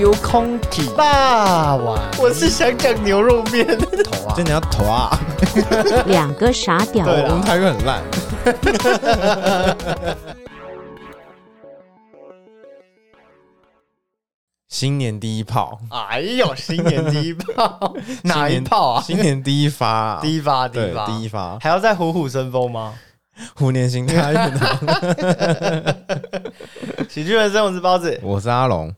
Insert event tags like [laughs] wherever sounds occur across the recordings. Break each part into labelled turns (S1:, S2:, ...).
S1: 有空体霸王，
S2: 我是想讲牛肉面，
S1: 头啊
S3: 真！的要投啊！
S4: 两个傻屌
S2: 啊
S3: 对，我们
S4: 王，
S3: 台语很烂。 [laughs] 新年第一炮，
S2: [laughs] 哎呦，新年第一 [laughs] 炮，哪
S3: 新
S2: 一
S3: 年
S2: 炮啊？
S3: 新年第一发啊，
S2: [laughs] 第一发，第
S3: 对
S2: 一发，
S3: 第一发，
S2: 还要再虎虎生风吗？
S3: 虎年行大运啊！
S2: 喜剧人 [laughs] 生，我是包子
S3: 我是阿龙。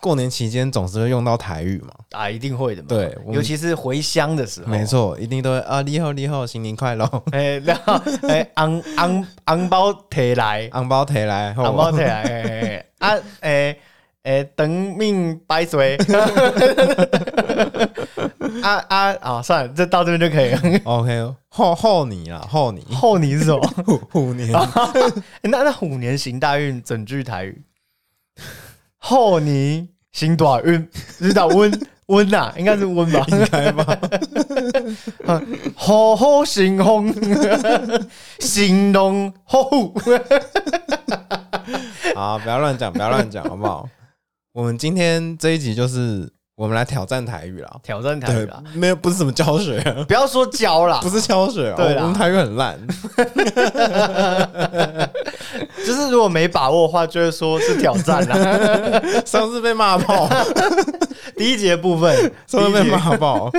S3: 过年期间总是会用到台语嘛，
S2: [laughs] 啊，一定会的嘛。
S3: 对我们
S2: 尤其是回乡的时候，
S3: 没。错，一定都会啊！你好，你好，新年快
S2: [laughs]
S3: 乐，
S2: 哎，然后哎，昂昂昂包提来，
S3: 红包提来，
S2: 昂
S3: 红
S2: 包提来，哎哎哎啊，哎哎，等命白 [laughs] 水。啊啊啊！算了，这到这边就可以了。 [laughs]
S3: OK，后后你啦，后你
S2: 后你是什么？
S3: 虎虎年
S2: [laughs] 那那虎年行大运，整句台语，后年行大运，知道温 [laughs] 温呐，应该是温吧？啊
S3: 应
S2: [laughs]
S3: 该吧？
S2: 好好行风， [laughs] 行动好虎。
S3: 啊，不要乱讲，不要乱讲，好不好？我们今天这一集就是我们来挑战台语啦，
S2: 挑战台语
S3: 对
S2: 啦，，
S3: 没有不是什么教学啊，
S2: 不要说教啦
S3: 不，是教学啊，
S2: 对啦
S3: 我们台语很烂，
S2: 就是如果没把握的话，就会说是挑战啦。
S3: [laughs] 上次被骂爆， [laughs]
S2: 第一节部分，第
S3: 上
S2: 一
S3: 次被
S2: 节
S3: 骂爆，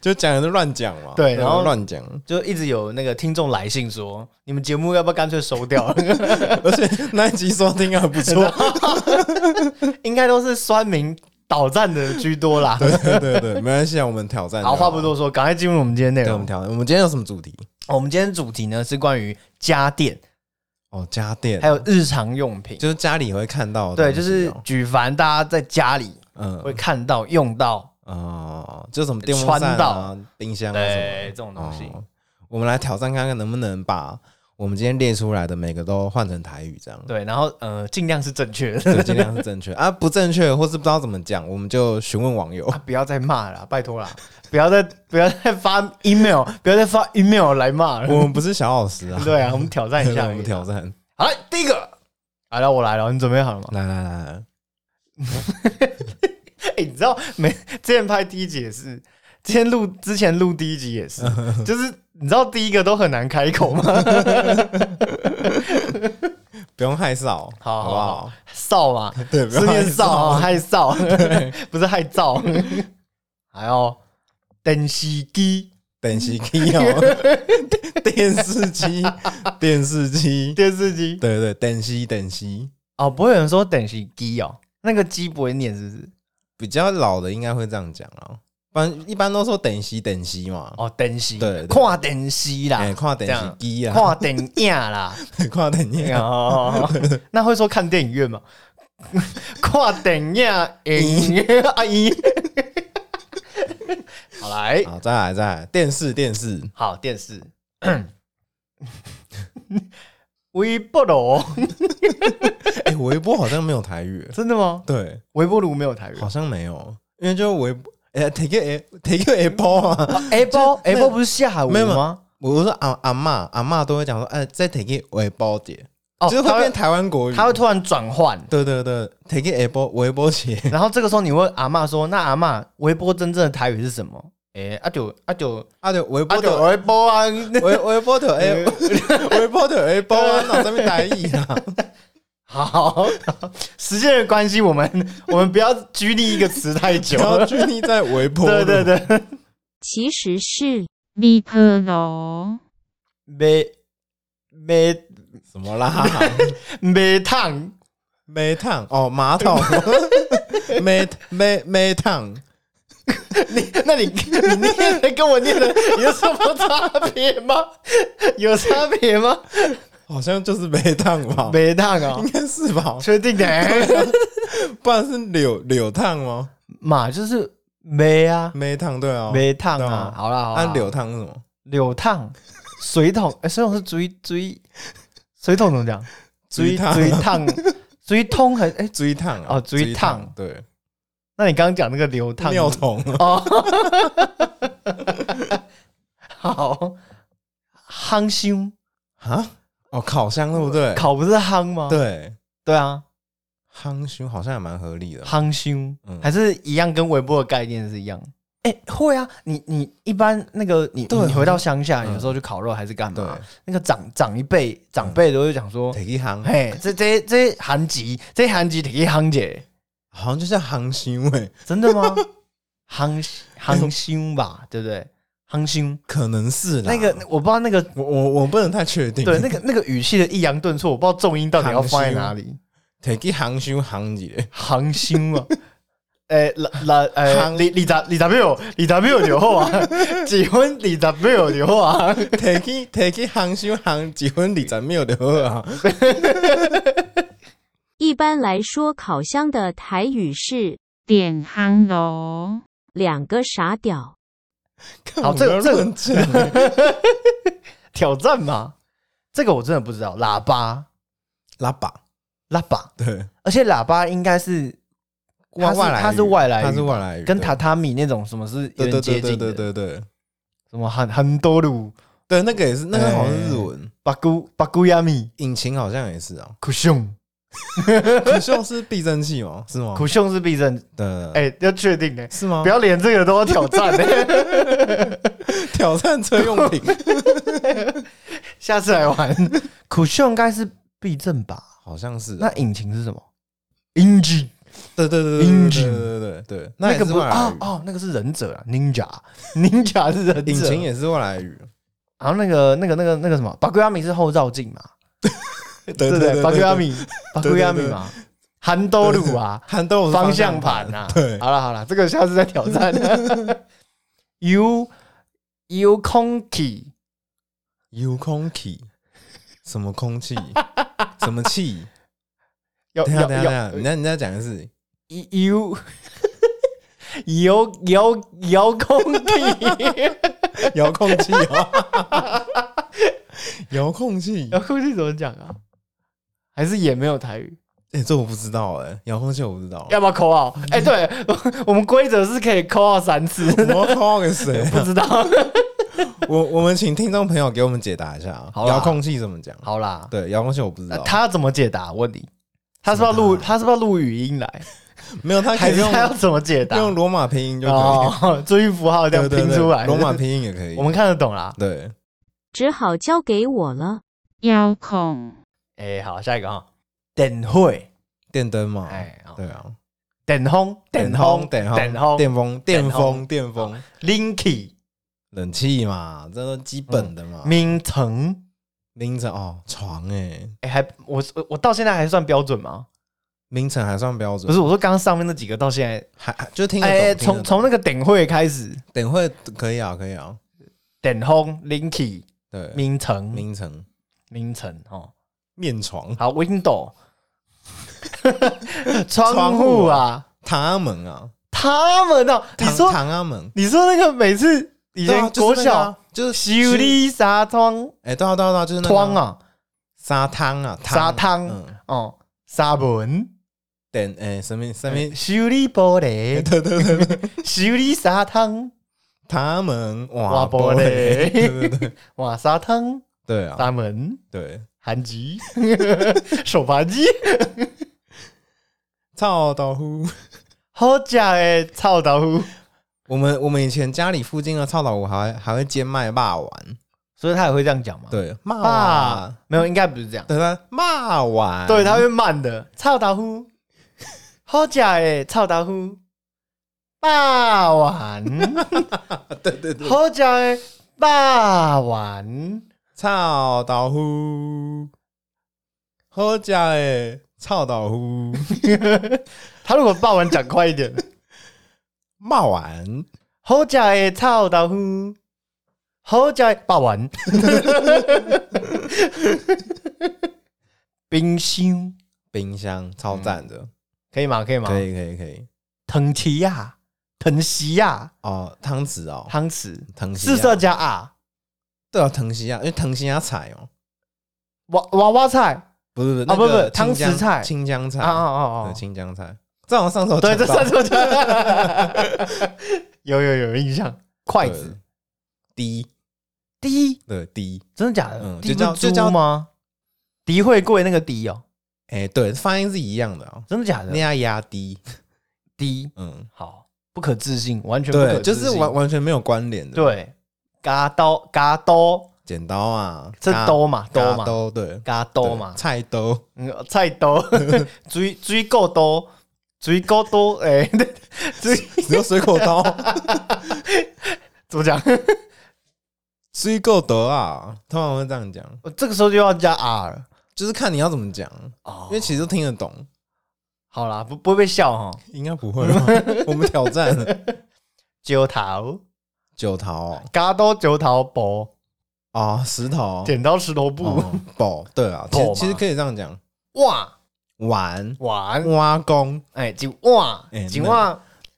S3: 就讲的就乱讲嘛，
S2: 对然后
S3: 乱讲，
S2: 就一直有那个听众来信说，你们节目要不要干脆收掉？
S3: 而且那一集收听还不错，
S2: 应该都是酸民倒赞的居多啦。
S3: 对对对对，没关系啊，我们挑
S2: [laughs]
S3: 战，
S2: 好，话不，多说，赶快进入我们今天内
S3: 对，我
S2: 容
S3: 们。挑战，我们今天有什么主题？
S2: 我们今天主题呢是关于家电，
S3: 哦，家电，
S2: 还有日常用品。
S3: 就是家里会看到
S2: 对，
S3: 的东西哦，
S2: 就是举凡大家在家里会
S3: 嗯
S2: 看到、用到，
S3: 哦，就什么电风
S2: 穿
S3: 扇啊
S2: 到、
S3: 冰箱啊什么的
S2: 哎对这种东西。
S3: 哦我们来挑战看看能不能把我们今天列出来的每个都换成台语，这样
S2: 对，然后呃，尽量是正确的， [laughs]
S3: 对，尽量是正确啊，不正确或是不知道怎么讲，我们就询问网友
S2: 啊。不要再骂了啦，拜托啦，不要再不要再发 email，不要再发 email 来骂了。，
S3: [laughs] 我们不是小老师啊
S2: [laughs] 对啊，我们挑战一下而
S3: [laughs] 对哦我
S2: 已
S3: 们。挑战，
S2: 好，来第一个，来了，我来了，你准备好了吗？
S3: 来来来来，
S2: 哎，你知道没？之前拍第一集也是，之前录之前录第一集也
S3: [laughs]
S2: 是，就是你知道第一个都很难开口吗？ [laughs]
S3: 不用害臊，
S2: 好
S3: 好不
S2: 好
S3: 好？
S2: 少嘛，
S3: 对，不
S2: 是
S3: 要害
S2: 念
S3: 臊
S2: 少害臊，不是害臊，还有电视机、
S3: 电视机哦，
S2: [laughs]
S3: 电视机，电视机，
S2: 电视机
S3: 对对，电视电视，
S2: 哦，不会有人说电视机哦，那个机不会念是不是？
S3: 比较老的应该会这样讲啊，不然一般都说电视电视嘛，
S2: 哦，啊电视
S3: 对对
S2: 看电视啦
S3: 哎，，看电视机啊，
S2: 看电影啦，
S3: 跨电影
S2: [laughs]
S3: 啊，
S2: 哦，那会说看电影院吗？ [laughs] 看电影哎院阿姨， [laughs] 好来，
S3: 好，再来再来，电视电视，
S2: 好电视。 [coughs] 微波炉，
S3: 哎、微波好像没有台语，
S2: 真的吗？
S3: 对，
S2: 微波炉没有台语
S3: 好像没有，因为就微波，哎、take a take a apple 啊，
S2: 哦 Apple
S3: 那
S2: Apple 不是下午
S3: 没有没有
S2: 吗？哦
S3: 我我说啊阿阿嬷阿嬷都会讲说，哎、再 take a 微波姐，
S2: 哦
S3: 就是
S2: 他
S3: 会
S2: 会
S3: 变台湾国语，
S2: 它会突然转换，
S3: 对对对，take a apple 微波姐，
S2: 然后这个时候你问阿嬷说：“那阿嬷，微波真正的台语是什么？”哎，阿九阿九
S3: 啊对，微
S2: 阿
S3: 波
S2: 九
S3: 的。
S2: 微波啊！
S3: [laughs] 微微波的哎， [laughs] 微波的哎，包啊，脑上面台语
S2: [laughs]
S3: 啊，
S2: 好，时间的关系，我们我们不要拘泥一个词太久
S3: 然后
S2: 了。
S3: 拘泥在微波
S2: 对
S3: 炉，
S2: 啊对对，
S4: 其实是
S5: 微波炉，
S2: 没没
S3: 什么啦？
S2: 没烫
S3: 煤烫哦，马 [laughs] 桶，煤煤煤烫，
S2: 你，那你你念的跟我念的有什么差别吗？有差别吗？
S3: 好像就是煤烫吧？
S2: 没烫啊
S3: 应，该是吧？
S2: 确定的、
S3: 不然是柳柳烫吗？
S2: 嘛就是没啊，
S3: 煤烫对啊，
S2: 没烫
S3: 对
S2: 啊
S3: 啊，
S2: 好啦好啦，
S3: 啊柳烫是什么？
S2: 柳烫，水桶，哎、水桶是追追，水桶怎么讲？
S3: 水桶
S2: 追烫，追通很哎、
S3: 啊追烫啊，
S2: 哦水桶
S3: 水桶
S2: 那你刚刚讲那个流
S3: 对，
S2: 烫
S3: 尿桶啊
S2: 哦，好，夯胸
S3: 啊，哦，烤箱对不对？
S2: 烤不是夯吗？
S3: 对，
S2: 对啊，
S3: 夯胸好像也蛮合理的。
S2: 夯胸
S3: 嗯
S2: 还是一样，跟微波的概念是一样。哎、会啊，你你一般那个你
S3: 对
S2: 你回到乡下，
S3: 嗯
S2: 有时候去烤肉还是干
S3: 对
S2: 嘛？那个长长一辈长辈都会讲说，
S3: 铁一夯
S2: 嘿，这这这韩籍，这韩籍得去夯姐，
S3: 好像就叫夯欸胸诶，
S2: 真 [laughs] 的吗？夯夯胸吧，对不对？夯胸，
S3: 可能是啦。
S2: 那个我不知道 [laughs] 那个
S3: 我我我不能太确定。
S2: 对那个那个语气的抑扬顿挫，我不知道重音到底要放在哪里。
S3: 铁一夯胸夯姐，
S2: 行星 [laughs] 啊，诶、那那诶，
S3: 行
S2: 哎李李达李达表，李达表就好 [laughs] 啊，结婚李达表就好啊，
S3: 铁一铁一夯胸夯结婚二十秒就好啊。
S4: 一般来说，烤箱的台语是
S5: 点夯楼，
S4: 两个傻屌。
S2: 好这个
S3: 看我们要乱讲欸
S2: 挑战嘛，这个我真的不知道，喇叭
S3: 拉把
S2: 喇叭，
S3: 对，
S2: 而且喇叭应该是它是它是外来语
S3: 它是外来语，
S2: 跟
S3: 对
S2: 榻榻米那种什么是有
S3: 对对
S2: 点接
S3: 对对
S2: 近
S3: 对
S2: 的，
S3: 对对
S2: 什么很很多路
S3: 对，那个也是，那个好像是日文，
S2: 巴古巴古亚米
S3: 引擎好像也是啊。
S2: 苦熊
S3: 可秀是避震器哦，嗯是吗？
S2: 苦熊是避震，
S3: 的，
S2: 哎、要确定哎、
S3: 是吗？
S2: 不要连这个都要挑战、
S3: [laughs]
S2: 欸，
S3: 挑战车用品，
S2: 下次来
S3: [laughs]
S2: 玩苦熊应该是避震吧。
S3: 好像是啊。
S2: 那引擎是什么？引擎，
S3: 对对对对对对对对对对，那
S2: 个不
S3: 啊
S2: 哦哦，那个是忍者啊，Ninja，Ninja 是忍者。
S3: 引擎，也是外来语，
S2: 然后那个那个那个那个什么，巴古亚米是后照镜嘛，
S3: 对
S2: 对不对？巴古亚米，巴古亚
S3: [laughs] 对
S2: 米
S3: 对
S2: 嘛，韩兜鲁啊，
S3: 韩都有
S2: 方向
S3: 向
S2: 盘啊。
S3: 对，
S2: [laughs] 好了好了，这个下次再挑战。U U 空体
S3: 有空气，什么
S2: [laughs]
S3: 空气，什么气？
S2: 要
S3: 等一下
S2: 要
S3: 等一下
S2: 要
S3: 等一下，你再你再讲一次，
S2: U。遥遥遥控器， [laughs]
S3: 遥控器哦，遥控器
S2: 遥，控器怎么讲啊？还是也没有台语？
S3: 哎，这我不知道哎，遥控器我不知道，
S2: 要不要扣号？哎、
S3: [laughs]
S2: 对我我们规则是可以扣号三次，
S3: 我们 [laughs] 要 call 给谁
S2: [laughs]
S3: 啊？
S2: 不知道。
S3: 我我们请听众朋友给我们解答一下啊，
S2: 好啦
S3: 遥控器怎么讲？
S2: 好啦，
S3: 对，啊遥控器我不知
S2: 那
S3: 道，
S2: 他要怎么解答？我问你，他是不是要录？他是不是要录语音来？
S3: 没有，他可
S2: 还
S3: 以
S2: 是
S3: 用
S2: 他要怎么解答？
S3: 用罗马拼音就可以，
S2: 哦， [laughs] 注音符号这
S3: [laughs] 对
S2: 样
S3: 对
S2: 拼
S3: 对，
S2: 出来，
S3: 罗马拼音也可
S2: [laughs]
S3: 以。
S2: 我们看得懂啦。
S3: 对
S4: 只好交给我了。
S5: 遥控，
S2: 哎、好，下一个哈，等会，
S3: 电灯嘛，
S2: 哎、好
S3: 对啊，
S2: 等轰，等轰，
S3: 电
S2: 等
S3: 风，
S2: 轰
S3: 电风，电风，
S2: 风
S3: 电风，
S2: ，Linky
S3: 冷气嘛，这都基本的嘛。
S2: 嗯明成，
S3: 凌晨哦，床哎，
S2: 哎、还我我我到现在还算标准吗？
S3: 凌晨还算标准，
S2: 不是，我说刚刚上面那几个到现在，
S3: 还还就听得
S2: 哎、
S3: 懂，
S2: 从从那
S3: 那
S2: 个等会开始，
S3: 等会可以啊，可以啊，
S2: 等轰，Linky
S3: 对，
S2: 明成，
S3: 凌晨
S2: 凌晨哦，
S3: 面床
S2: 好，window，窗户啊，
S3: 唐阿门啊，
S2: 他们哦，你
S3: 唐
S2: 说
S3: 唐阿门，
S2: 你说那个每次以
S3: 对啊
S2: 前国
S3: 就是那个啊
S2: 小
S3: 就是
S2: 修理纱窗
S3: 哎，对啊对啊对啊，就是那个
S2: 窗，啊，
S3: 砂汤啊，
S2: 砂汤
S3: 嗯
S2: 哦，纱门
S3: 等哎什么什么，
S2: 修理玻璃，[laughs]
S3: [laughs] 对对对对。
S2: 修理纱窗，
S3: 他们
S2: 哇
S3: 哇
S2: 玻
S3: 玻
S2: 璃
S3: 璃， [laughs] 对对对
S2: 哇，纱汤
S3: 对啊，
S2: 纱门
S3: 对，
S2: 韩籍 [laughs] 手扒鸡，
S3: 臭豆腐。
S2: 好假诶，臭豆腐，
S3: 我们我们以前家里附近的啊臭豆腐还还会兼卖霸丸，
S2: 所以他也会这样讲嘛？
S3: 对，骂
S2: 啊
S3: 丸，，
S2: 没有，应该不是这样。
S3: 对吧？骂丸，
S2: 对，他会慢的。臭豆腐，好食诶，臭豆腐，霸
S3: [laughs]
S2: 丸，
S3: [laughs] 对对对，
S2: 好食诶，霸丸，
S3: 臭豆腐，好食诶，臭豆
S2: [laughs]
S3: 腐，
S2: 他如果霸丸讲快一点，
S3: 骂丸，
S2: 好食诶，臭豆腐，好食诶，霸丸，冰箱
S3: 冰箱超赞
S2: 嗯
S3: 的，
S2: 可以吗？可以吗？
S3: 可。以可以可以。
S2: 藤奇亚，藤奇亚，
S3: 哦，汤匙哦，
S2: 汤匙，
S3: 藤西
S2: 四色
S3: 亚，
S2: 加啊，
S3: 对啊，藤西亚，因为藤西亚菜哦，
S2: 娃娃娃菜。
S3: 不是不是，
S2: 啊
S3: 那个
S2: 不不汤
S3: 青江
S2: 匙菜
S3: 青江菜
S2: 啊啊啊
S3: 对，
S2: 啊！
S3: 青江菜，嗯这好像上次有
S2: 对，
S3: 讲
S2: 这
S3: 到
S2: 算错的， [laughs] 有有有印象。筷
S3: 对
S2: 子，
S3: 滴，
S2: 第一，
S3: 对滴，
S2: 真的假的？
S3: 嗯
S2: 第一
S3: 就叫
S2: 不是
S3: 就叫
S2: 猪吗？迪会贵那个迪哦，
S3: 哎、对，发音是一样的哦，
S2: 真的假的
S3: 那？要压低，
S2: 迪
S3: 嗯，
S2: 好，不可置信，完全不可
S3: 对，
S2: 置
S3: 就
S2: 信
S3: 是完完全没有关联的。，
S2: 对，嘎刀嘎刀，
S3: 剪刀啊，
S2: 这
S3: 嘎
S2: 兜嘛兜
S3: 嘎
S2: 嘛
S3: 兜对，
S2: 嘎刀嘛
S3: 对，菜 [laughs] 兜，
S2: 嗯，菜刀，水水果刀，水果刀，哎、 [laughs] 对水
S3: 只有水果刀， [laughs]
S2: 怎么讲？ [laughs]
S3: 水果刀啊，通常会这样讲，
S2: 我这个时候就要加 R 了
S3: 就是看你要怎么讲，
S2: 哦
S3: 因为其实都听得懂，
S2: 好啦，不不会被笑哈。
S3: 应该不会吧？ [laughs] 我们挑战了
S2: 九头
S3: 九桃哦
S2: 嘎刀，九头薄，
S3: 啊，石头
S2: 剪刀石头布，
S3: 哦宝，对啊，其
S2: 宝嘛
S3: 实其实可以这样讲，
S2: 哇
S3: 玩
S2: 碗，
S3: 挖工
S2: 哎，一碗
S3: 哎，
S2: 一碗，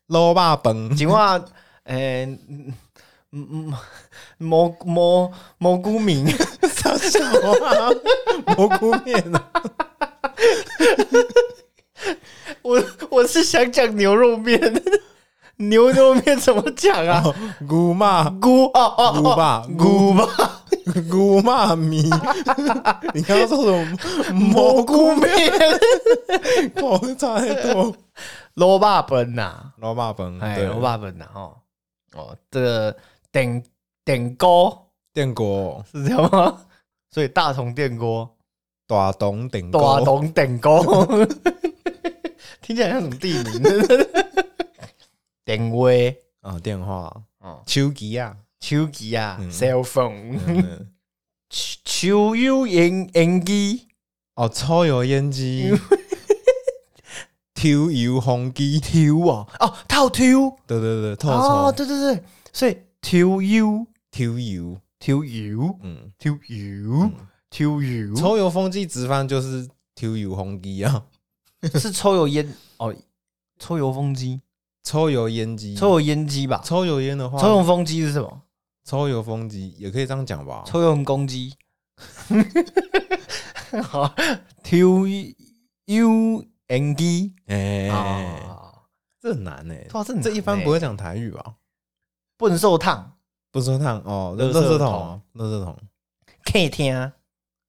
S3: 捞霸
S2: [laughs]
S3: 崩
S2: 一碗，哎，嗯嗯， [laughs] 蘑蘑蘑菇名，
S3: 啥笑啊？ [laughs] 蘑菇面啊，
S2: [laughs] 我我是想讲牛肉面， [laughs] 牛肉面怎么讲啊？
S3: 姑妈
S2: 菇哦哦哦，
S3: 哦菇吧
S2: 菇吧。
S3: [laughs] 姑
S2: [laughs]
S3: 妈咪，你刚刚说什么？蘑
S2: 蘑
S3: 菇
S2: 菇
S3: 面，
S2: 面、
S3: [laughs] 我差太多。
S2: 萝卜本呐，
S3: 捞霸崩，
S2: 哎，
S3: 对，
S2: 萝卜本呐，哦，哦，这个电电锅
S3: 电锅，
S2: 是这样吗？所以大同电锅、
S3: 大董顶
S2: 大
S3: 锅，
S2: 同电锅， [laughs] 听起来像什么地名？ [laughs] 电话
S3: 啊，电 [laughs] 话，
S2: 哦，
S3: 手机啊，
S2: 手机啊
S3: 嗯
S2: ，cell phone，
S3: 嗯
S2: 手有烟烟机，
S3: 哦，抽油
S2: [laughs]
S3: 烟机，抽油风机，
S2: 抽啊，哦，套抽，
S3: 对对对，透
S2: 哦，
S3: 抽，
S2: 对对对，所以抽油，
S3: 抽油，
S2: 抽油，
S3: 嗯，
S2: 抽油，嗯抽油， [laughs]
S3: 抽油风机直翻就是抽油风机啊，
S2: 是抽油烟哦，抽油风机，
S3: 抽油烟机，
S2: 嗯抽哦油烟机吧？
S3: 抽油烟的话，
S2: 抽油风机是什么？
S3: 抽油风机也可以这样讲吧，
S2: 抽油公 [laughs] 鸡。好，抽油哦烟机
S3: 哎，
S2: 啊，
S3: 这很难哎，
S2: 哇，这很
S3: 这一般
S2: 难
S3: 不会
S2: 欸
S3: 讲台语吧？
S2: 笨兽烫，
S3: 不说烫哦，垃
S2: 垃圾桶
S3: 圾桶，垃圾桶。
S2: 可以听啊，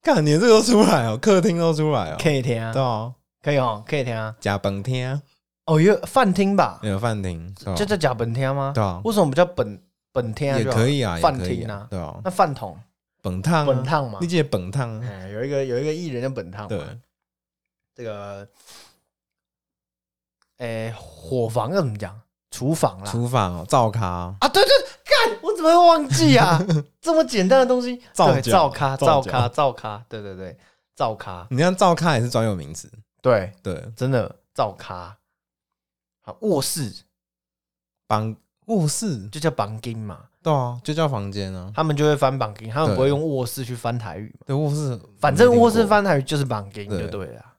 S3: 干，你这都出来哦， [laughs] 客厅都出来哦，
S2: 可以听
S3: 对
S2: 啊，
S3: 哦，
S2: 可以哦，可以听啊。
S3: 假本厅，
S2: 哦，有饭厅吧？
S3: 有饭厅，对哦
S2: 就叫假本厅吗？
S3: 对啊，
S2: 为什么不叫本本厅啊
S3: 也
S2: 就好
S3: 可以啊，也
S2: 饭
S3: 可以
S2: 厅啊
S3: 对啊
S2: 那，饭桶，
S3: 本烫啊，
S2: 本烫嘛
S3: 你记得本烫啊，
S2: 哎，有一个有一个艺人叫本烫嘛，
S3: 对，
S2: 这个，诶、伙房要怎么讲？厨房啦。
S3: 厨房哦，灶咖，
S2: 啊，对对，干，我怎么会忘记
S3: [laughs]
S2: 啊？这么简单的东西，
S3: 灶
S2: 对
S3: 脚
S2: 灶咖，
S3: 灶
S2: 灶
S3: 脚
S2: 咖，灶咖，对对对，灶咖，
S3: 你看灶咖也是专有名词，
S2: 对，
S3: 对，
S2: 真的灶咖。好，卧室
S3: 房卧室，
S2: 就叫绑金嘛，
S3: 对啊，就叫房间啊，
S2: 他们就会翻绑金，他们
S3: 对
S2: 不会用卧室去翻台语嘛。
S3: 对，卧室，
S2: 反正卧室，翻台语就是绑金
S3: 对
S2: 就对了啊。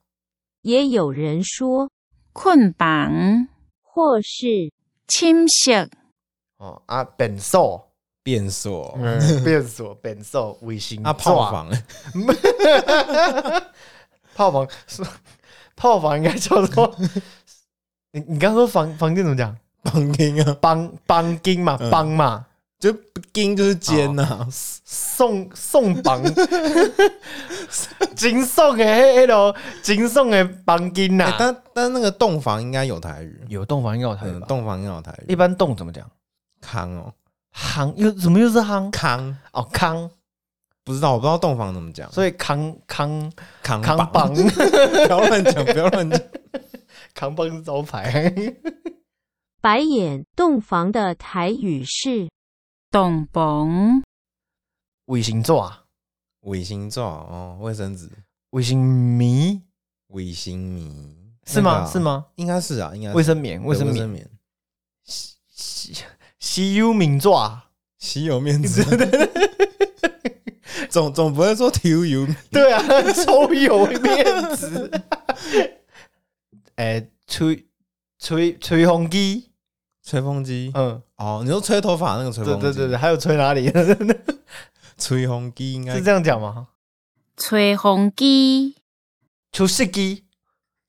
S4: 也有人说，
S5: 捆绑、
S4: 或是
S5: 侵蚀、
S2: 哦啊，本兽，
S3: 变锁
S2: 嗯，变锁，本兽，卫星
S3: 啊，
S2: 爪
S3: 炮房，
S2: [laughs] 炮房是炮房应该叫
S3: [laughs]
S2: 做你你刚说房房间怎么讲？
S3: [laughs] 房间啊，
S2: 帮帮金嘛，
S3: 嗯
S2: 帮嘛，
S3: 就间就是间啊呐，
S2: 哦送送帮， [laughs] 金送的迄迄金送的帮金
S3: 哎
S2: 呐。
S3: 但但那个洞房应该有台语，
S2: 有洞房应该有台语
S3: 嗯，
S2: 吧？
S3: 洞房应该有台
S2: 一
S3: 语，
S2: 般洞怎么讲？
S3: 康哦，
S2: 夯又怎么又是夯？
S3: 康。
S2: 哦，康，
S3: 不知道，我不知道洞房怎么讲，
S2: 所以康康
S3: 扛
S2: 康
S3: 棒
S2: 帮
S3: [laughs] 不要乱讲，不要乱讲。
S2: [laughs] 康帮是招牌。
S4: 白眼洞房的台语是
S5: 洞房、
S2: 卫星座啊，
S3: 卫星座哦，卫生纸，
S2: 卫星迷
S3: 卫星迷
S2: 是吗？是？
S3: 那个啊
S2: 吗？
S3: 应该是啊，应该是
S2: 卫生棉，
S3: 对
S2: 卫生
S3: 卫
S2: 棉
S3: 生。棉，
S2: 西西优名作啊，
S3: [laughs] 洗有面
S2: [laughs]
S3: 子， [laughs] 总总不会说体育油
S2: [laughs] 对啊，超有面子。 [laughs] 哎、吹吹吹风机，
S3: 吹风机
S2: 嗯，
S3: 哦，你说吹头发那个吹
S2: 对
S3: 风机，
S2: 对对对，还有吹哪里？ [laughs] 是
S3: 吹风机应该
S2: 这样讲吗？
S5: 吹风机、
S2: 除湿机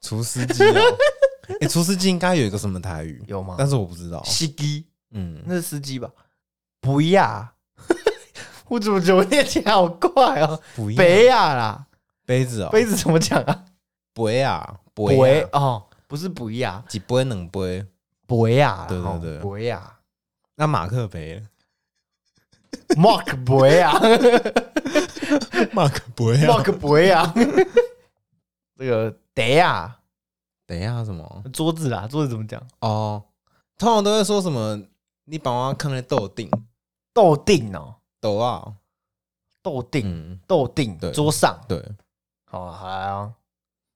S3: 厨师机
S2: [laughs]
S3: 啊，哎，厨师机应该有一个什么台语，
S2: 有吗？
S3: 但是我哦不知道，
S2: 司机
S3: 嗯，
S2: 那是司机吧？不啊 [laughs] 要，我怎么觉得念起来好怪哦、
S3: 不一样
S2: 北亚啦，
S3: 杯子哦，
S2: 杯子怎么讲啊？
S3: 杯啊，
S2: 杯
S3: 杯啊，
S2: 哦，不是不呀，
S3: 几杯能杯？
S2: 杯呀，
S3: 对对对
S2: 杯呀
S3: 那马克杯 [laughs] 呢，
S2: ，Mark 杯
S3: [laughs]
S2: 呀
S3: 马克杯啊，
S2: ，Mark 杯呀，这个得呀，
S3: 等一下什么？
S2: 啊桌子啦，桌子怎么讲？
S3: 哦，通常都会说什么？你把我看在豆定
S2: 豆定哦，
S3: 豆啊，
S2: 豆定，
S3: 嗯，
S2: 豆定
S3: 对，
S2: 桌上，
S3: 对，
S2: 好啊，好来哦，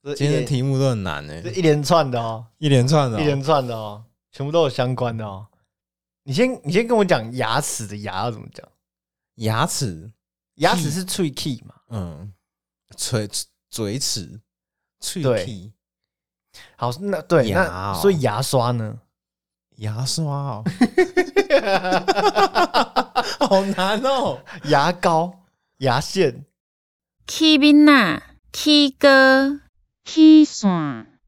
S2: 这
S3: 今
S2: 一
S3: 天
S2: 连
S3: 的题目都很难诶
S2: 这，一连串的哦，
S3: 一连串的哦
S2: 一连串的哦，全部都有相关的哦。你先，你先跟我讲牙齿的牙要怎么讲？
S3: 牙齿，
S2: 牙齿是脆 key 嘛？
S3: 嗯，嘴嘴齿，脆
S2: 对
S3: 皮，
S2: 好，那对，
S3: 牙
S2: 那
S3: 哦
S2: 所以牙刷
S3: [laughs]
S2: 呢？
S3: 牙刷哦， [laughs] 好难哦，
S2: 牙膏、牙线、
S5: 起面仔、起哥、起线、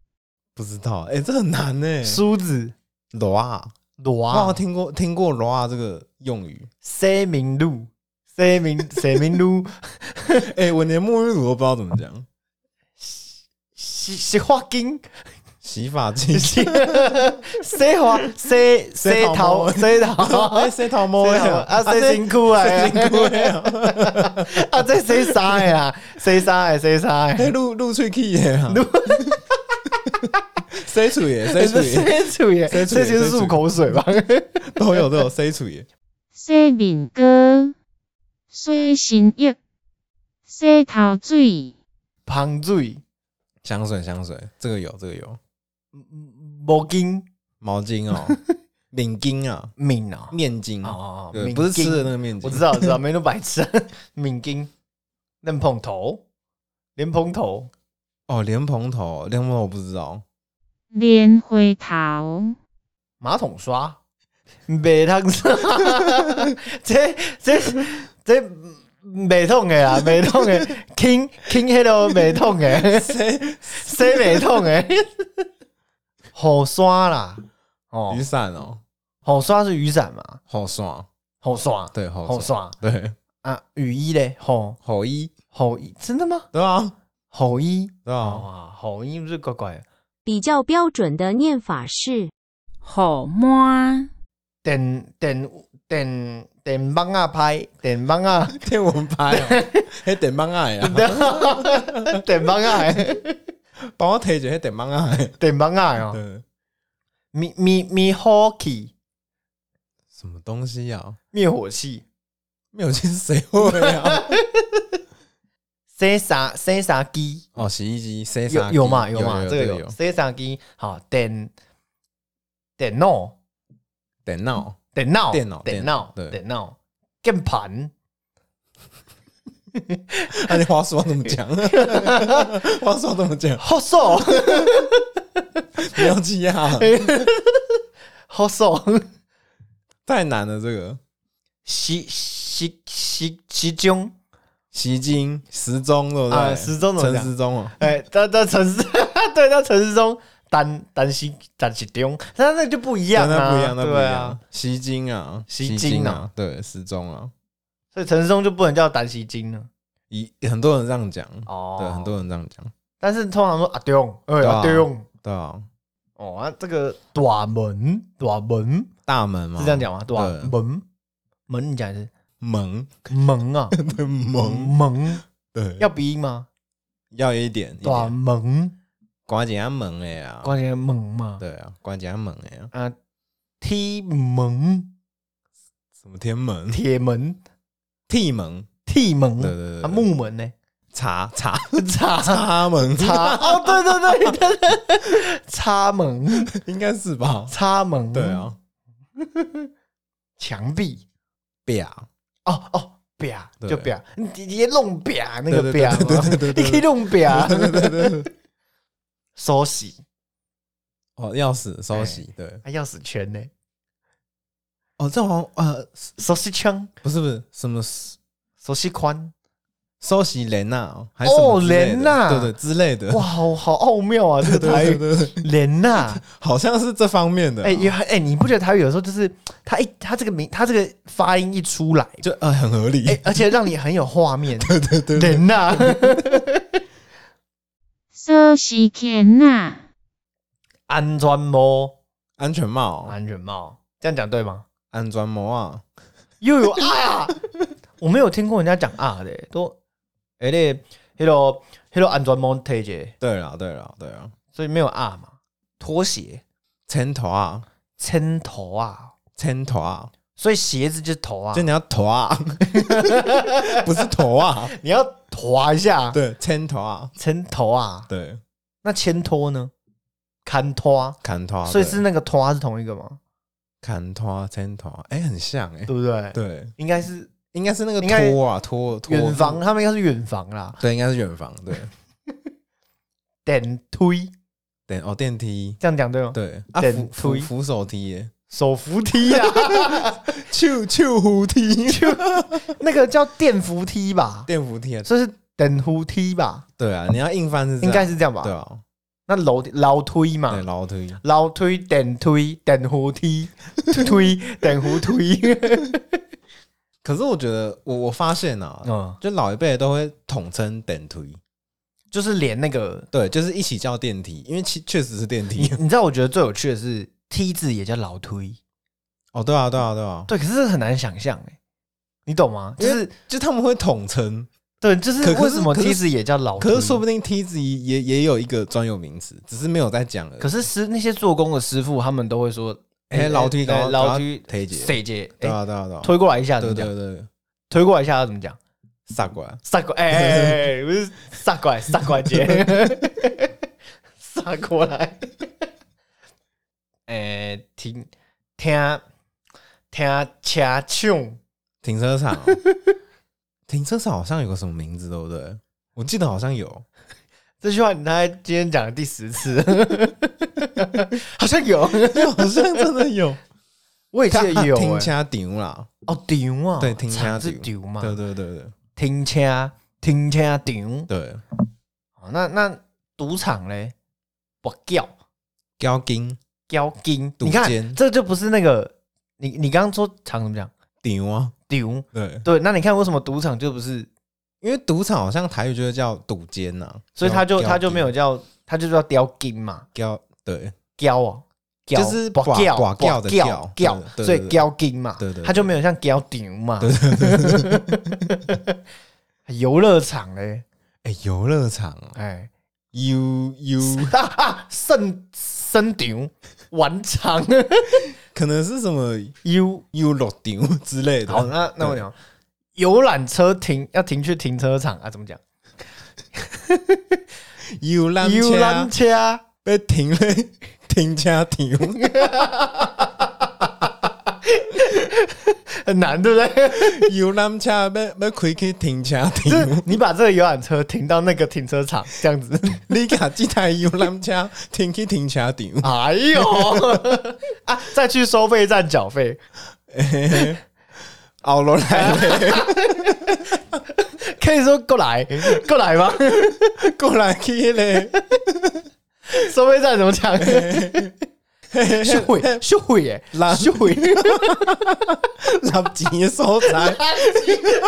S3: 不知道，哎，这很难呢。
S2: 梳子、
S3: 罗啊，我好
S2: 螺
S3: 像、听过听过罗啊这个用语，
S2: 塞明露、塞明、塞明露、
S3: 哎，我连沐浴乳都不知道怎么讲，
S2: 洗洗发
S3: [laughs]
S2: 精、。
S3: 洗发精
S2: [laughs] 洗发、洗洗头、洗头。
S3: 哎，洗头毛
S2: 洗
S3: 的
S2: 头
S3: 哦
S2: 啊洗身躯的
S3: 洗身躯的哦
S2: 啊，这洗啥的啦？洗啥的？洗啥
S3: [laughs] 哎，
S2: 的？
S3: 露露喙齿的啊，露， [laughs] 洗
S2: [laughs]
S3: 嘴
S2: 哎
S3: 的，洗嘴的
S2: 洗嘴耶，
S3: 洗
S2: 这
S3: 嘴
S2: 就是
S3: 洗嘴
S2: 漱口水吧？
S3: 都有都有洗嘴的，
S5: 洗面膏、洗身液、洗头水、
S2: 香水、
S3: 香水香水，这个有这个有，
S2: 毛巾、
S3: 毛巾
S2: [laughs]
S3: 哦，领巾啊，
S2: 敏啊，
S3: 面巾
S2: 哦
S3: 嗯对
S2: 面
S3: 不是吃
S2: 巾
S3: 的那个面巾，
S2: 我知道，我知道，没那么白痴。 [laughs] 敏巾、莲蓬头、莲蓬头、
S3: 哦，莲蓬头，莲蓬头我不知道，
S5: 莲花头、
S2: 马桶刷、马桶刷， [laughs] 这这这马桶的啦，马桶的，轻轻迄个马桶哦的， [laughs] 洗马桶的， [laughs] 雨刷啦，哦
S3: 雨，伞哦，
S2: 雨刷是雨伞嘛？
S3: 好爽，
S2: 雨刷，
S3: 对
S2: 雨
S3: 雨
S2: 刷
S3: 对，
S2: 啊，雨衣嘞，吼
S3: 好衣，
S2: 吼衣，真的吗？
S3: 对啊，
S2: 吼衣
S3: 对啊，
S2: 啊，吼衣不是怪怪的。
S4: 比较标准的念法是
S5: 雨满、
S2: 电电电电棒啊拍，电棒啊，
S3: [laughs] 天文拍哦，还电棒啊呀，
S2: [laughs] 电棒啊的，
S3: 帮我提着迄电棒啊的，
S2: 电棒啊的哦，
S3: [laughs] 对，
S2: 灭灭灭火器，
S3: 什么东西啊？
S2: [laughs] 灭火器，
S3: 没有见谁会啊？
S2: 洗衫洗衫机，
S3: 哦，洗衣机、洗
S2: 有
S3: 衫
S2: 有嘛有嘛，
S3: 有
S2: 这个有洗衫机，好电电脑
S3: 电脑、 [laughs]
S2: 电脑
S3: 电脑
S2: 电脑
S3: 电脑对
S2: 电脑键盘，
S3: 那啊你话说怎么
S2: [laughs]
S3: 讲？话说怎么讲？
S2: 好手
S3: 不要记啊，
S2: [laughs] 好手，
S3: 太难了。这个
S2: 时时时时钟，
S3: 洗衣精、时钟，对不
S2: 啊
S3: 对？
S2: 时钟怎么
S3: 陈
S2: 讲
S3: 时钟哦，
S2: 哎，在在城市，对，在城市中单单心单心中，那那就不一样
S3: 真的
S2: 啊，
S3: 不一样，那不一
S2: 对啊
S3: 样。。洗衣精啊，
S2: 洗
S3: 衣
S2: 精啊
S3: 啊，对，时钟啊，
S2: 所以城市中就不能叫单心经了。
S3: 以很多人这样讲，
S2: 哦
S3: 对，很多。人这样讲，
S2: 但是通常说阿丢，哎
S3: 对啊
S2: 阿丢，
S3: 对啊，
S2: 哦啊，这个短门短门
S3: 大门嘛，
S2: 是这样讲吗？啊短
S3: 啊对
S2: 门门，你讲的
S3: 门， [laughs]
S2: 是门啊，
S3: 对门，
S2: 门
S3: 对，
S2: 要鼻音吗？
S3: 要一点，一
S2: 短
S3: 点，
S2: 门，
S3: 关节啊门哎呀，
S2: 关键门嘛，
S3: 对啊，关节啊门哎呀，
S2: 啊，踢门、
S3: 什么天门、
S2: 铁门、
S3: 替门、
S2: 替门，
S3: 对对对
S2: 啊，
S3: 对
S2: 木门呢？
S3: 茶茶
S2: 插
S3: 插门
S2: 插 [laughs] 哦，对对对对对，插门
S3: 应该是吧？
S2: 插门，
S3: 对，啊，
S2: 墙壁
S3: 表
S2: 哦哦。表
S3: 对
S2: 就表，你直接弄表那个
S3: 对对
S2: 表
S3: 对
S2: 嘛
S3: 对对对，对
S2: 你可以弄表，
S3: 对对对，
S2: 手洗
S3: [laughs] 哦，钥匙收起，对，
S2: 啊，钥匙圈呢，
S3: 哦，这好像呃，
S2: 手洗枪，
S3: 不是不是什么
S2: 手洗宽，
S3: 收起人呐，还是什么
S2: 哦
S3: 之类的
S2: 人呐
S3: 对对之类的，
S2: 哇，好好奥妙啊，这个
S3: 对，对
S2: 台
S3: 对
S2: 语
S3: 对对，啊
S2: 人呐，
S3: 好像是这方面的啊，
S2: 哎，也还哎，你不觉得台语有时候就是他一他这个名他这个发音一出来，哎
S3: 就呃很合理， [laughs]
S2: 哎，而且让你很有画面，
S3: 对对对，对
S2: 人呐，
S5: 锁匙圈呐，
S2: [laughs] 安全帽，
S3: 安全帽，
S2: 安全帽，这样讲对吗？
S3: 安全帽啊，
S2: [laughs] 又有啊呀！我没有听过人家讲啊的，都哎嘞，迄个迄个安全帽推荐，
S3: 对了对了对了，
S2: 所以没有啊嘛。拖鞋、
S3: 牵头啊，
S2: 牵头啊，
S3: 牵头啊，
S2: 所以鞋子就是头啊
S3: 就，你要头啊， [laughs] 不是头啊，
S2: 你要滑一下，
S3: 对，牵头啊，
S2: 牵头啊。
S3: 对，
S2: 那牵拖呢？砍拖啊，
S3: 砍头啊，
S2: 所以
S3: 对
S2: 是那个拖啊是同一个吗？
S3: 砍头啊，牵头啊，哎，很像哎，
S2: 对不对？，
S3: 对，
S2: 应该是
S3: 应该是那个
S2: 应该
S3: 托啊，托托
S2: 远房，，他们应该是远房啦。
S3: 对，应该是远房，对，
S2: 电推，
S3: 电哦电梯，
S2: 这样讲对吗？，
S3: 对，啊
S2: 电
S3: 扶扶
S2: 梯
S3: 扶手梯哎耶，
S2: 手扶梯 [laughs] 啊，
S3: 啾啾扶梯，
S2: 那个叫电扶梯吧，
S3: 电扶梯啊，
S2: 所以是电扶梯吧，
S3: 对啊，你要硬翻是这样
S2: 应该是这样吧？嗯
S3: 对啊，
S2: 那楼梯楼推
S3: 对
S2: 嘛，
S3: 楼梯，
S2: 楼推电推电扶梯推电扶
S3: [laughs]
S2: 推，
S3: 可是我觉得我我发现啊，
S2: 嗯，
S3: 就老一辈都会统称电梯，
S2: 就是连那个，
S3: 对，就是一起叫电梯，因为其确实是电
S2: 你
S3: 梯。
S2: 你知道，我觉得最有趣的是梯子也叫楼推，
S3: 哦，对啊，对啊，对啊，
S2: 对，可是这个很难想象哎，你懂吗？就
S3: 因为
S2: 是
S3: 就他们会统称，
S2: 对，就是
S3: 可可是
S2: 为什么
S3: 可是
S2: 梯子也叫楼推？
S3: 可是说不定梯子也也有一个专有名词，只是没有在讲而已。
S2: 可是师那些做工的师傅，他们都会说：“
S3: 哎楼梯
S2: 哎
S3: 高
S2: 楼梯
S3: 高推姐
S2: 推姐，
S3: 对
S2: 哎，
S3: 啊，对啊，对啊，
S2: 推过来一下怎
S3: 对
S2: 么
S3: 对
S2: 讲？
S3: 对，
S2: 推过来一下要怎么讲？
S3: 撒过来，
S2: 撒过，哎哎哎
S3: [laughs]
S2: 哎，不是撒过来，撒过来姐，撒过来。哎，听听听车唱，
S3: 停车
S2: [laughs]
S3: 场哦，停车场好像有个什么名字，对不对？我记得好像有，
S2: 这句话你大概今天讲的第十次，好像有，
S3: 好像真的 [laughs] 有，
S2: 我也记得有
S3: 停
S2: 哎
S3: 车场啦，
S2: 哦，丢啊，
S3: 对，停车
S2: 场
S3: 场
S2: 是丢嘛，
S3: 对对对对
S2: 停车停车场。
S3: 对，
S2: 哦，那那赌场嘞，不叫
S3: 交金
S2: 交金，
S3: 赌
S2: 你看
S3: 监
S2: 这就不是那个，你你刚刚说场怎么讲？
S3: 场啊，
S2: 丢
S3: 对，
S2: 对，那你看为什么赌场就不是？
S3: 因为赌场好像台语就是叫赌间呐，
S2: 所以他就
S3: 交
S2: 他就没有叫，他就叫雕金嘛，
S3: 交，对
S2: 雕哦，
S3: 就
S2: 交
S3: 是
S2: 不
S3: 挂
S2: 叫
S3: 挂
S2: 不
S3: 叫的
S2: 叫
S3: 叫
S2: 叫，
S3: 对对
S2: 所以
S3: 对
S2: 雕金嘛，
S3: 对对对
S2: 他就没有像雕丢嘛。 [laughs] 游乐场嘞，
S3: 哎，游乐场哦
S2: 哎，
S3: ，U U，
S2: 哈哈，胜胜场玩场
S3: 可能是什么
S2: U
S3: U 六场之类的。
S2: 好，那那我讲，游览车停要停去停车场啊？怎么讲？
S3: 游览
S2: 游览
S3: 车啊
S2: 车
S3: 被停了， [laughs] 停车场。
S2: 很难，对不对？
S3: 游览车要要开去停车
S2: 就
S3: 场
S2: 是， [laughs] 你把这个游览车停到那个停车场，这样子。
S3: 你甲这台游览车停去停车场，
S2: [laughs] 哎呦啊！再去收费站缴费，
S3: 后落来咧，
S2: 可以说过 [laughs] 来过来吗？
S3: 过来去咧，
S2: 收费站怎么讲？羞
S3: [laughs]
S2: 愧羞愧耶！
S3: 垃
S2: 羞
S3: [laughs]
S2: 愧
S3: 垃圾的所在，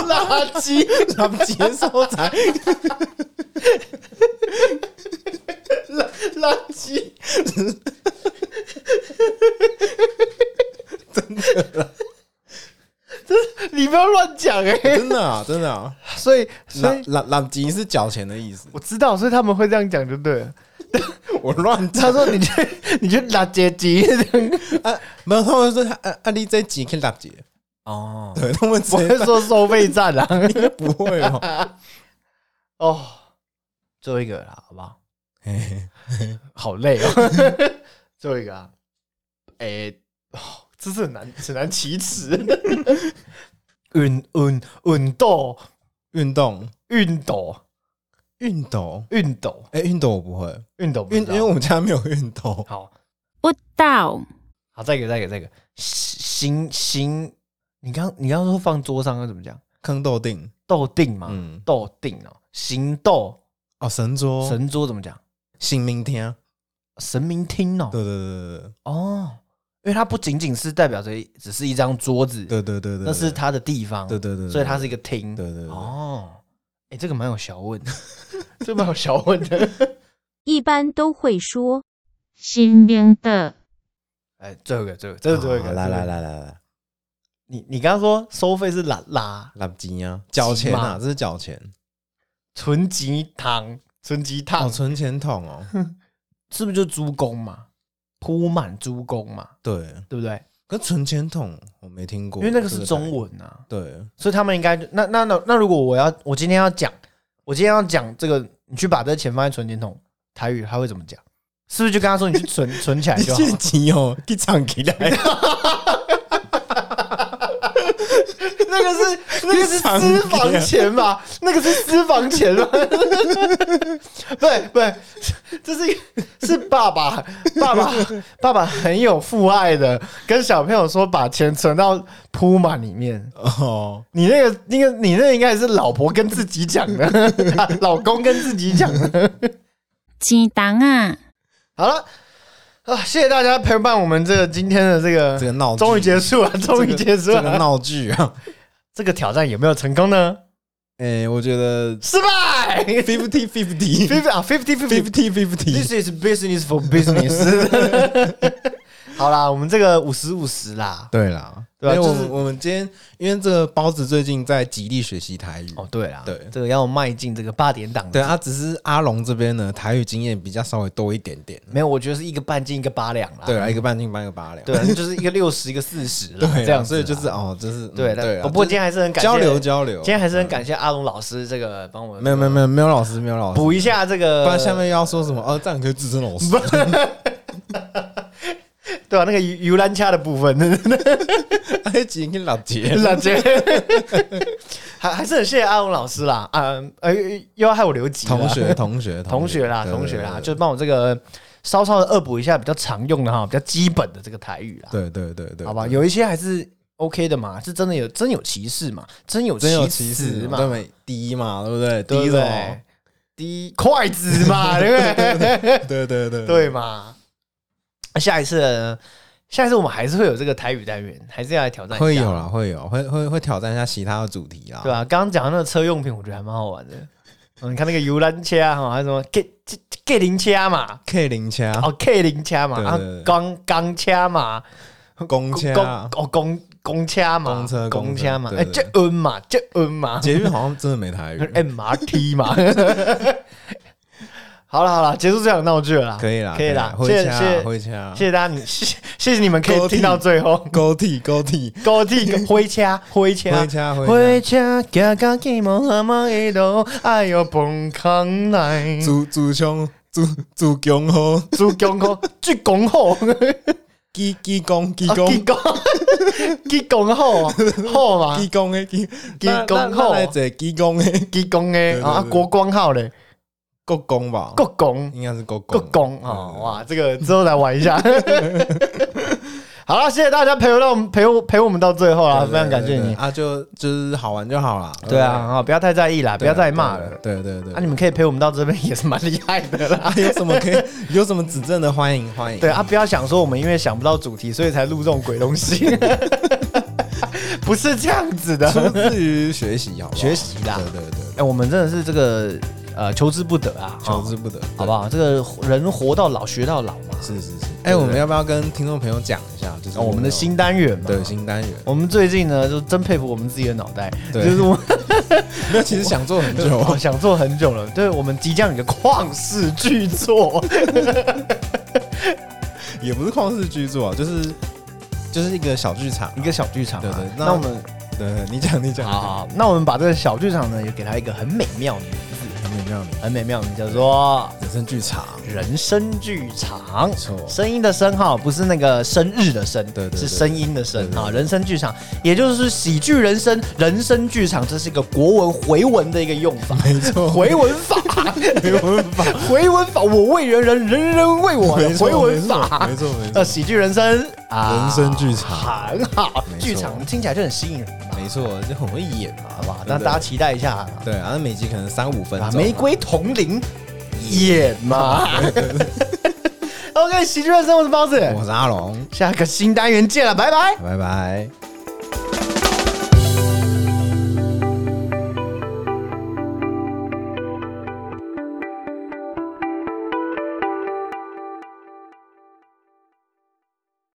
S2: 垃圾
S3: 垃圾的所在，
S2: 垃圾，真的啦，真你不要乱讲哎！
S3: 真的啊，真的啊，
S2: 所以所
S3: 垃
S2: 以
S3: 垃垃圾是缴钱的意思，
S2: 我知道，所以他们会这样讲就对了。
S3: 我乱讲
S2: 他说你去 [laughs] 你去垃圾集
S3: 啊，没有他们说啊啊，你这钱去垃圾，
S2: 哦，
S3: 对他们直
S2: 我会
S3: 接
S2: 说收费站啊。
S3: 不会哦，
S2: [laughs] 哦，最后一个啦，好不好？
S3: [laughs] 嘿嘿
S2: 好累
S3: 啊
S2: [laughs]
S3: [laughs]
S2: 哦。最后一个啊，哎、哦，这是很难很难启齿。 [laughs] 运运运动
S3: 运动
S2: 运动
S3: 运动，
S2: 运动
S3: 哎，运动我不会，
S2: 运动不
S3: 运
S2: 知
S3: 因
S2: 道，
S3: 为我们家没有运动，
S2: 好
S5: 不到，
S2: 好再一个再一个再一个行行，你刚你刚刚说放桌上要怎么讲？
S3: 坑豆定，
S2: 斗定嘛，
S3: 嗯，
S2: 斗定哦，行斗
S3: 哦，神桌，
S2: 神桌怎么讲？
S3: 新明天，
S2: 神明厅哦，
S3: 对对对对对。
S2: 哦，因为它不仅仅是代表着一只是一张桌子，
S3: 对对对对，
S2: 那是它的地方，
S3: 对对对对
S2: 所以它是一个厅，
S3: 对对对对
S2: 哦 [laughs] 哦，哎，这个蛮有学问的，这个蛮有学问的，
S4: 一般都会说
S5: 心灵的
S2: [laughs] 哎，最后一个，最后一个，这是最后一个。
S3: 好来
S2: 最后一
S3: 来
S2: 个，
S3: 来来来，
S2: 你你刚刚说收费是拉拉
S3: 垃圾啊，缴钱啊，这是缴钱，
S2: 存吉堂，存吉
S3: 哦，
S2: 堂、
S3: 存钱筒哦，
S2: 嗯是不是就猪公嘛？铺满猪公嘛，
S3: 对，
S2: 对不对？
S3: 可是存钱筒我没听过，
S2: 因为那个
S3: 这
S2: 是
S3: 台
S2: 中，文啊，
S3: 对，
S2: 所以他们应该那那那那如果我要我今天要讲，我今天要讲这个，你去把这钱放在存钱筒，台语他会怎么讲？是不是就跟他说你去存存起来就好？
S3: 集哦，给藏起来，
S2: [laughs] 那个是那个是私房钱吧？那个是私房钱吧？ [laughs] 对对，这是一个是爸爸爸爸爸爸很有父爱的，跟小朋友说把钱存到铺满里面。
S3: 哦，
S2: 你那个那个你那个应该也是老婆跟自己讲的， [laughs] 老公跟自己讲的。
S5: 钱筒啊，
S2: 好了。啊！谢谢大家陪伴我们这个今天的这个
S3: 这个闹剧
S2: 终于结束了，终于结束了。
S3: 这个闹剧啊，
S2: 这个挑战有没有成功呢？
S3: 哎，我
S2: [laughs]
S3: 觉得
S2: 失
S3: [laughs]
S2: 败。
S3: fifty fifty
S2: fifty 啊，fifty fifty。
S3: fifty [laughs] fifty，
S2: This is business for
S3: [laughs]
S2: business 。好啦，我们这个五十五十啦。
S3: 对啦，
S2: 对啊
S3: 因为我
S2: 就是
S3: 们我们今天因为这个包子最近在极力学习台语，
S2: 哦，对啦，
S3: 对
S2: 这个要迈进这个八点档。
S3: 对，啊，只是阿龙这边呢台语经验比较稍微多一点点，
S2: 没有，我觉得是一个半斤一个八两啦。
S3: 对啊，一个半斤半一个八两，
S2: 对啊，就是一个六十一个四十
S3: [laughs] 对
S2: 啦
S3: 啊，，
S2: 这样子
S3: 所
S2: 啦
S3: 以就是。哦，就是嗯
S2: 对
S3: 对
S2: 的，
S3: 啊，
S2: 不过
S3: 就是
S2: 今天还是很感谢
S3: 交流交流，
S2: 今天还是很感谢阿龙老师这个帮我
S3: 没有没有没有没有老师没有老师，
S2: 补一下这个，
S3: 不然下面要说什么？哦，这样你可以自称老师。
S2: 对啊吧？那个游游览车的部
S3: [laughs]
S2: 分，
S3: 埃及跟老杰，
S2: 老杰，还还是很谢谢阿龙老师啦，啊，呃，又要害我留级了
S3: 同学同学
S2: 同学啦，
S3: 对
S2: 同学啦，
S3: 对
S2: 就帮我这个稍稍的恶补一下比较常用的哈，比较基本的这个台语啦，
S3: 对对对对，
S2: 啊好吧？
S3: 对
S2: 有一些还是 OK 的嘛，是真的有真有歧视嘛，真有
S3: 真有
S2: 其
S3: 歧视
S2: 嘛，
S3: 嘛？对没低嘛，对不对？
S2: 对
S3: 低
S2: 不
S3: 什
S2: 对
S3: 么？？
S2: 低筷子嘛，对不对？
S3: [laughs] 对对
S2: [laughs]
S3: 对
S2: 对，嘛？下一次呢，下一次我们还是会有这个台语单元，还是要来挑战一下，
S3: 会有啦，会有，会会会挑战一下其他的主题啦。
S2: 对吧、啊刚刚讲的那个车用品，我觉得还蛮好玩的。嗯，你看那个游览车哈，还有什么 K K 零车嘛，
S3: ，K 零枪、
S2: 哦 K 零车嘛，
S3: 对
S2: 啊
S3: 对对
S2: 钢钢车嘛，
S3: 公啊枪、
S2: 公哦公公车嘛，
S3: 公车
S2: 公
S3: 公车
S2: 车嘛，
S3: 对
S2: 哎，
S3: 对
S2: 这恩嘛，这恩嘛
S3: 捷运好像真的没台语，
S2: 哎，MRT 嘛。好了好了，结束这场闹剧了啦，
S3: 可以啦，
S2: 可以啦
S3: 啦，，会
S2: 谢谢
S3: 掐，啊
S2: 谢
S3: 会掐，
S2: 谢大家，你谢谢谢你们可以
S3: 勾
S2: 听
S3: 剔
S2: 到最后，
S3: 勾剃勾剃，
S2: 高地灰车灰车
S3: 会掐
S2: 火
S3: 会掐。
S2: 车行到寂寞阿妈的路，哎呦崩空来，
S3: 自自强自自强好，
S2: 主公好，主公好，
S3: 基基功基
S2: 主
S3: 功。
S2: [laughs] 公，主公好，好嘛，
S3: 技工的技
S2: 技啊工
S3: 咱咱咱来坐技工的
S2: 主公诶
S3: 对对
S2: 啊，
S3: 对
S2: 国光号嘞，
S3: 国工吧，
S2: 国公，
S3: 应该是国
S2: 国
S3: 工
S2: 公啊，哇，这个之后来玩一
S3: [laughs]
S2: 下。好了，谢谢大家陪到我们陪我陪我们到最后啦，
S3: 啊，
S2: 非常感谢
S3: 对对对
S2: 你。
S3: 啊，就就是好玩就好了，
S2: 对啊，啊，不要太在意啦，不
S3: 对，
S2: 要再骂了。
S3: 对对对，
S2: 啊，你们可以陪我们到这边也是蛮厉害的啦。
S3: [laughs] 啊有什么可以有什么指正的，欢迎欢迎，
S2: 对啊，不要想说我们因为想不到主题，所以才录这种鬼东
S3: [laughs]
S2: 西，不是这样子的。
S3: 出自于学习好不好，
S2: 学习啦
S3: 对对对
S2: 哎、，我们真的是这个呃求之不得啊，
S3: 求之不得，
S2: 好不好？这个人活到老学到老嘛，
S3: 对？是是是，哎，我们要不要跟听众朋友讲一下，就是
S2: 哦我们的
S3: 有
S2: 新单元嘛。哦
S3: 对新单元，
S2: 我们最近呢，就真佩服我们自己的脑袋，就
S3: 对
S2: 是我
S3: 没 [laughs] 有，其实想做很
S2: [laughs] 哦
S3: 久，
S2: 想做很久了。对，我们即将有一个旷世巨作，
S3: 也不是旷世巨作啊，就是就是一个小剧场啊，
S2: 一个小剧场、啊。
S3: 对对
S2: 那
S3: 那
S2: 我们
S3: 对，对你讲你讲，
S2: 好好，好那我们把这个小剧场呢，也给它一个很美妙的名字，
S3: 很美妙的
S2: 很美妙的名字叫做
S3: 人生剧场。
S2: 人生剧场
S3: 没，错，
S2: 声音的声哈，不是那个生日的生，
S3: 对对对
S2: 是声音的声
S3: 对对对
S2: 啊。人生剧场，也就是喜剧人生，人生剧场，这是一个国文回文的一个用法，
S3: 没
S2: [laughs]
S3: 错，
S2: 回文法，
S3: [laughs] 回文法，
S2: [laughs] 回文法，我为人人，人人为 [laughs] 我
S3: 没
S2: 的
S3: 错
S2: 回文法
S3: 没。错没
S2: 呃，
S3: 错，
S2: 喜剧人生啊，
S3: 人生剧场
S2: 很好，
S3: 没错
S2: 剧场听起来就很吸引人嘛，
S3: 没
S2: [laughs]
S3: 错，就很会演嘛，好
S2: 好
S3: 不
S2: 吧
S3: 好？？
S2: 那大家
S3: 家
S2: 期待一下啊，
S3: 对啊，那每集可能三五分
S2: 啊
S3: 钟，
S2: 玫瑰同龄演
S3: [laughs]
S2: 嘛。OK，喜剧人生，我是包子，
S3: 我是阿龙，
S2: 下个新单元见了，拜拜。
S3: 拜拜。